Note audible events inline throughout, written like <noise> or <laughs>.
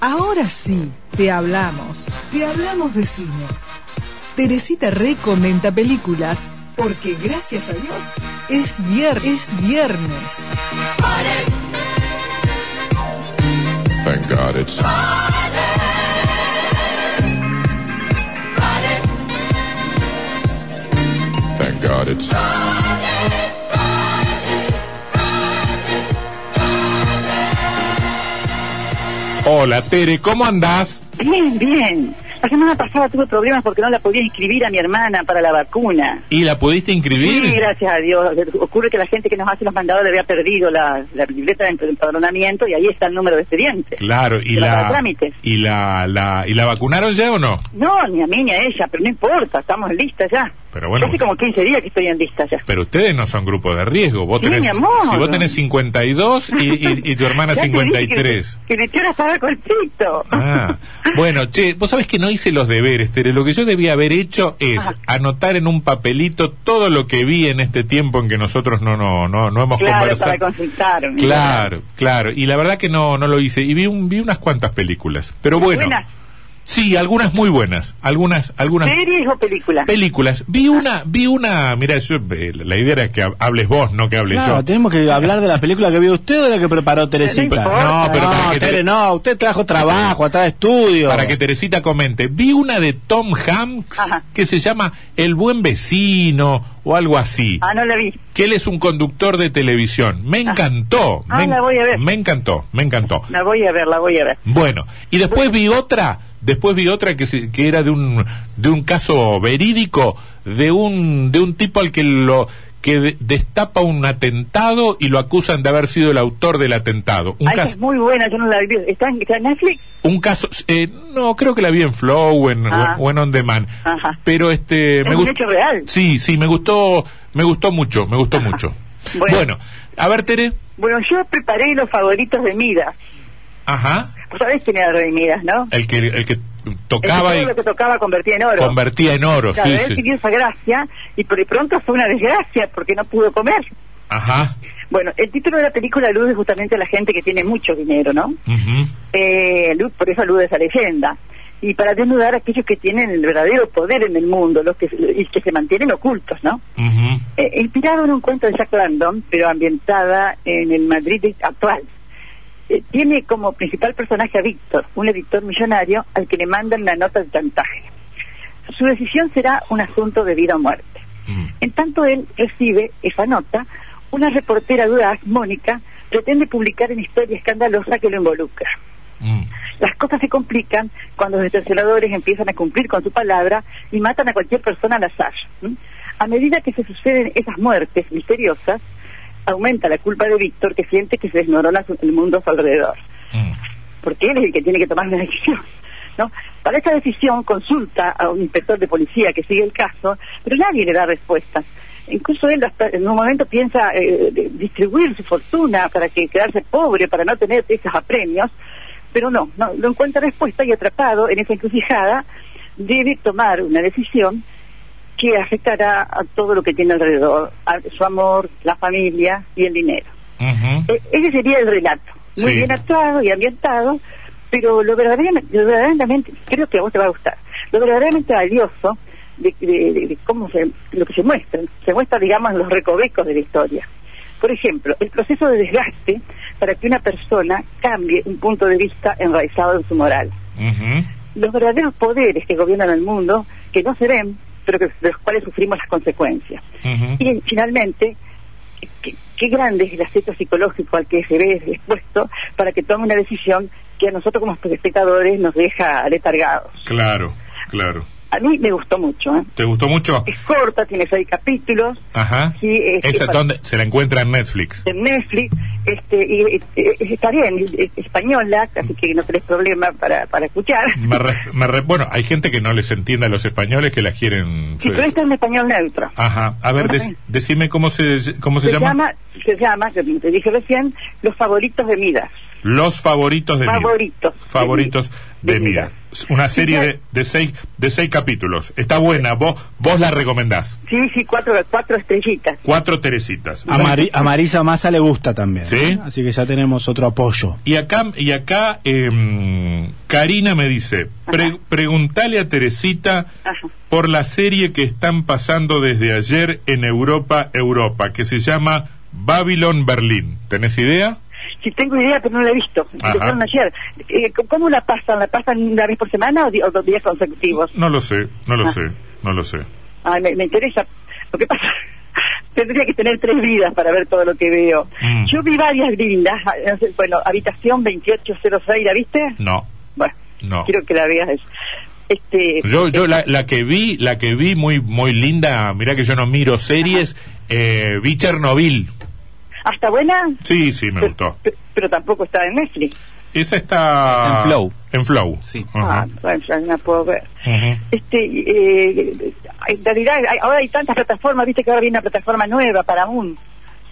Ahora sí, te hablamos, te hablamos de cine. Teresita recomenta películas porque gracias a Dios es viernes, es viernes. Thank God it's Thank God it's Hola Tere, ¿cómo andás? Bien, bien. La semana pasada tuve problemas porque no la podía inscribir a mi hermana para la vacuna. ¿Y la pudiste inscribir? Sí, gracias a Dios. Ocurre que la gente que nos hace los mandados le había perdido la, la libreta de empadronamiento y ahí está el número de expediente. Claro, y Pero para la, trámites. y la, la- y la vacunaron ya o no? No, ni a mí ni a ella, pero no importa, estamos en lista ya. Pero bueno. Hace como 15 días que estoy en lista ya. Pero ustedes no son grupo de riesgo. Vos Sí, tenés, mi amor. Si vos tenés 52 y, y, y tu hermana <laughs> Ya te dije que- 53. Que le quiero pagar cortito. <laughs> Ah, bueno, che, vos sabés que no hice los deberes, Tere. Lo que yo debía haber hecho es Ajá. anotar en un papelito todo lo que vi en este tiempo en que nosotros no, no, no, no hemos Claro, conversado. para consultarme. Claro, claro. Y la verdad que no, no lo hice. Y vi, un, vi unas cuantas películas. Pero bueno. Buenas. Sí, algunas muy buenas. Algunas, algunas ¿Series o películas? películas. Vi una, vi una. Mira, yo, eh, la idea era que ha- hables vos, no que hable Claro, yo. tenemos que hablar de la película que vio usted o de la que preparó Teresita. Ah, importa. No, pero para que te- Tere, no, usted trajo trabajo, atrás estudio. Para que Teresita comente. Vi una de Tom Hanks Ajá. que se llama El Buen Vecino o algo así. Ah, no la vi. Que él es un conductor de televisión. Me encantó. Ah, me, en- la voy a ver. me encantó, me encantó. La voy a ver, la voy a ver. Bueno, y después vi otra, después vi otra que, se- que era de un de un caso verídico de un de un tipo al que lo que de- destapa un atentado y lo acusan de haber sido el autor del atentado. Un Ah, esa caso es muy buena, yo no la vi. ¿Está en, está en Netflix? un caso eh, no creo que la vi en Flow o en, Ah. o en On Demand, Ajá. pero este Es me un gust- hecho real. Sí, sí, me gustó me gustó mucho, me gustó mucho. Bueno. bueno, a ver Tere, Bueno, yo preparé los favoritos de Midas. ajá, Vos sabés quién era Rey Midas, ¿no? el que el que El que tocaba todo y lo que tocaba convertía en oro. convertía en oro, Claro, ¿eh? sí, él sí. pidió esa gracia y por de pronto fue una desgracia porque no pudo comer. Ajá. Bueno, el título de la película alude justamente a la gente que tiene mucho dinero, ¿no? Ujú. Eh, alu- por eso alude a esa leyenda. Y para desnudar a aquellos que tienen el verdadero poder en el mundo, los que, y que se mantienen ocultos, ¿no? Ujú. Eh, inspirado en un cuento de Jack London, pero ambientada en el Madrid actual. Eh, tiene como principal personaje a Víctor, un editor millonario al que le mandan una nota de chantaje. Su decisión será un asunto de vida o muerte. Mm. En tanto él recibe esa nota, una reportera duraz, Mónica, pretende publicar una historia escandalosa que lo involucra. Mm. Las cosas se complican cuando los extorsionadores empiezan a cumplir con su palabra y matan a cualquier persona al azar. ¿m? A medida que se suceden esas muertes misteriosas, aumenta la culpa de Víctor que siente que se desmorona su- el mundo a su alrededor, Mm. porque él es el que tiene que tomar la <laughs> decisión. ¿no? Para esta decisión consulta a un inspector de policía que sigue el caso, pero nadie le da respuestas. Incluso él hasta en un momento piensa eh, de- distribuir su fortuna para que quedarse pobre, para no tener esos apremios, pero no, no, no encuentra respuesta y atrapado en esa encrucijada debe tomar una decisión que afectará a todo lo que tiene alrededor, a su amor, la familia y el dinero. Ujú. Eh, ese sería el relato, muy Sí. bien actuado y ambientado, pero lo verdaderamente, lo verdaderamente, creo que a vos te va a gustar, lo verdaderamente valioso de, de- de- de cómo se, lo que se muestra, se muestra, digamos, los recovecos de la historia. Por ejemplo, el proceso de desgaste para que una persona cambie un punto de vista enraizado en su moral. Ujú. Los verdaderos poderes que gobiernan el mundo, que no se ven, pero que, de los cuales sufrimos las consecuencias. Ujú. Y finalmente, qué, qué grande es el acceso psicológico al que se ve expuesto para que tome una decisión que a nosotros como espectadores nos deja letargados. Claro, claro. A mí me gustó mucho. ¿eh? ¿Te gustó mucho? Es corta, tiene seis capítulos Ajá. Sí, eh, Esa sí, pa- donde se la encuentra en Netflix. de Netflix. Este, y, eh, eh, está bien, es- es española, así que no tenés problema para, para escuchar. Me re- me re- bueno, hay gente que no les entiende a los españoles que las quieren. Sí, pero este- esta es en español neutro. Ajá. A ver, dec- decime Ah, cómo se cómo se, se llama, se llama, como te dije recién, Los Favoritos de Midas. Los favoritos de Favoritos Mira. de Favoritos Mira. de De Mira. Mira. Una serie Sí, de, de seis de seis capítulos. Está buena. Vos vos la recomendás. Sí, sí, cuatro, cuatro estrellitas. Cuatro Teresitas. A, Mari- a Marisa Massa le gusta también. ¿Sí? ¿eh? Así que ya tenemos otro apoyo. Y acá, y acá em, Karina me dice, pre- preguntale a Teresita Ajá. por la serie que están pasando desde ayer en Europa, Europa, que se llama Babylon Berlín. ¿Tenés idea? Si tengo idea, pero no la he visto. Ajá. Empezaron ayer. Eh, ¿Cómo la pasan? ¿La pasan una vez por semana o, di- o dos días consecutivos? No lo sé, no lo Ah. sé, no lo sé. Ay, me, me interesa. Lo que pasa, <laughs> tendría que tener tres vidas para ver todo lo que veo. Mm. Yo vi varias gringas. ah, no sé, Bueno, habitación 2806, ¿la viste? No, Bueno, Mm. no. quiero que la veas. Este, Yo, yo la, la que vi, la que vi muy, muy linda, mirá que yo no miro series, eh, vi Chernobyl. ¿Hasta buena? Sí, sí, me gustó. Pe- Pero tampoco está en Netflix. Esa está... En Flow. En Flow. Sí. Ajá. Ah, bueno, ya no la puedo ver. Ujú. Este, eh, en realidad, hay- ahora hay tantas plataformas, viste que ahora viene una plataforma nueva, para un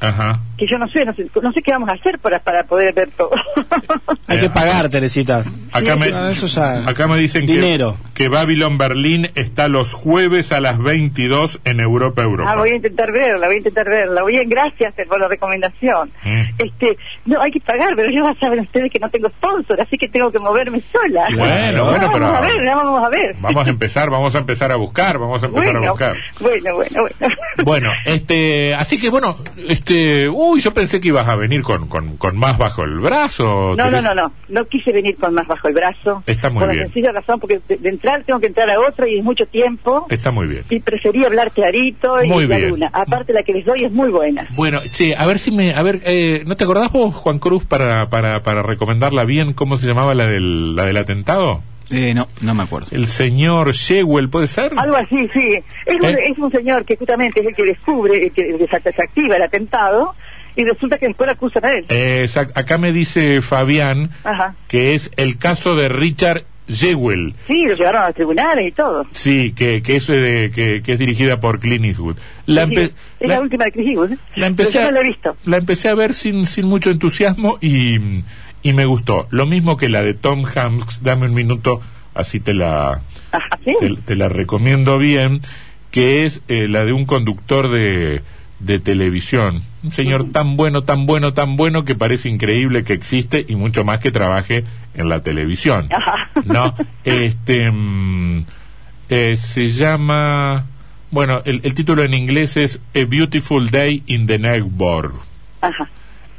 Ajá. que yo no sé, no sé, no sé qué vamos a hacer para, para poder ver todo. <laughs> Hay Eh, que pagar, Teresita. Acá me, Ah, eso ya- acá me dicen que- Dinero. que Babylon Berlín está los jueves a las 22 en Europa, Europa. ah, voy a intentar verla, voy a intentar verla. Voy a, gracias eh, por la recomendación. Mm. Este, no, hay que pagar, pero ya saben ustedes que no tengo sponsor, así que tengo que moverme sola. Y bueno, bueno, <laughs> vamos pero- a ver, ya vamos a ver. Vamos a empezar, vamos a empezar a buscar, vamos a empezar a bueno, buscar. bueno, bueno, bueno. Bueno, este, así que bueno, este, uy, yo pensé que ibas a venir con, con, con más bajo el brazo. No, no, Teresa. no, no. No quise venir con más bajo el brazo. Está muy por bien. la sencilla razón, porque de, de entrar tengo que entrar a otra y es mucho tiempo. Está muy bien. Y preferí hablar clarito y Muy la bien. luna. Aparte, la que les doy es muy buena. Bueno, che, a ver si me, a ver, eh, ¿no te acordás vos, Juan Cruz, para, para, para recomendarla bien, cómo se llamaba la del, la del atentado? Eh, no, no me acuerdo. El señor Jewell, ¿puede ser? <laughs> Algo así, sí. Es un, ¿Eh? es un señor que justamente es el que descubre, el que desa- desactiva el atentado y resulta que después lo acusan a él. Eh, exact- acá me dice Fabián Ajá. que es el caso de Richard Jewell, Sí, lo llevaron a los tribunales y todo. sí, que, que, es, eh, que, que es dirigida por Clint Eastwood. La, Sí, empe- es la- la, última de Chris Hughes, ¿eh? la empecé, Pero yo a, no la he visto. la empecé a ver sin, sin mucho entusiasmo y, y me gustó. Lo mismo que la de Tom Hanks, dame un minuto, así te la, Ajá, sí. te, te la recomiendo bien, que es eh, la de un conductor de, de televisión. Un señor tan bueno, tan bueno, tan bueno que parece increíble que existe y mucho más que trabaje en la televisión. Ajá. ¿No? Este. mm, eh, se llama. Bueno, el, el título en inglés es A Beautiful Day in the Neighbor. Ajá.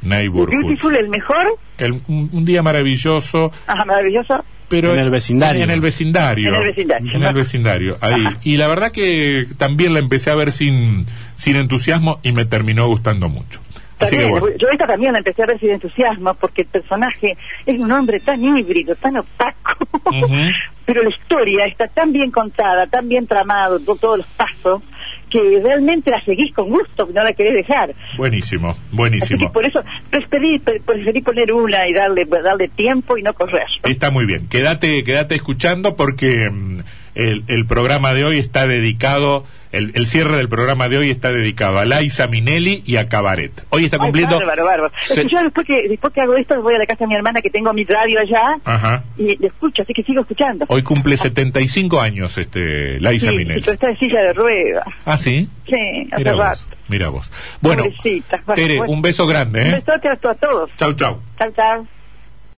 Neighborhood. Beautiful, el mejor. El- un- un día maravilloso Ajá, maravilloso. pero En el vecindario. en el vecindario En el vecindario. Ah. En el vecindario, ahí Ajá. y la verdad que también la empecé a ver sin sin entusiasmo y me terminó gustando mucho así que También, bueno Yo esta también la empecé a ver sin entusiasmo porque el personaje es un hombre tan híbrido, tan opaco, Ujú. <laughs> pero la historia está tan bien contada, tan bien tramado, to- todos los pasos, que realmente la seguís con gusto, no la querés dejar. buenísimo Así que buenísimo por eso preferí, pre- preferí poner una y darle darle tiempo y no correr. está muy bien quédate quédate escuchando porque mm, el, el programa de hoy está dedicado el, el cierre del programa de hoy está dedicado a Laisa Minelli y a Cabaret hoy está Ay, cumpliendo bárbaro, bárbaro. Es se- que yo después que, después que hago esto voy a la casa de mi hermana que tengo mi radio allá Ajá. y le escucho, así que sigo escuchando. hoy cumple 75 años este Laisa sí, Minelli pero está en silla de ruedas. ah sí Sí, hace Mira rato. vos, mira vos. Bueno, Pobrecita. Bueno, Tere, bueno. un beso grande. Un ¿eh? besote a to- a todos. Chau, chau. Chao, chao.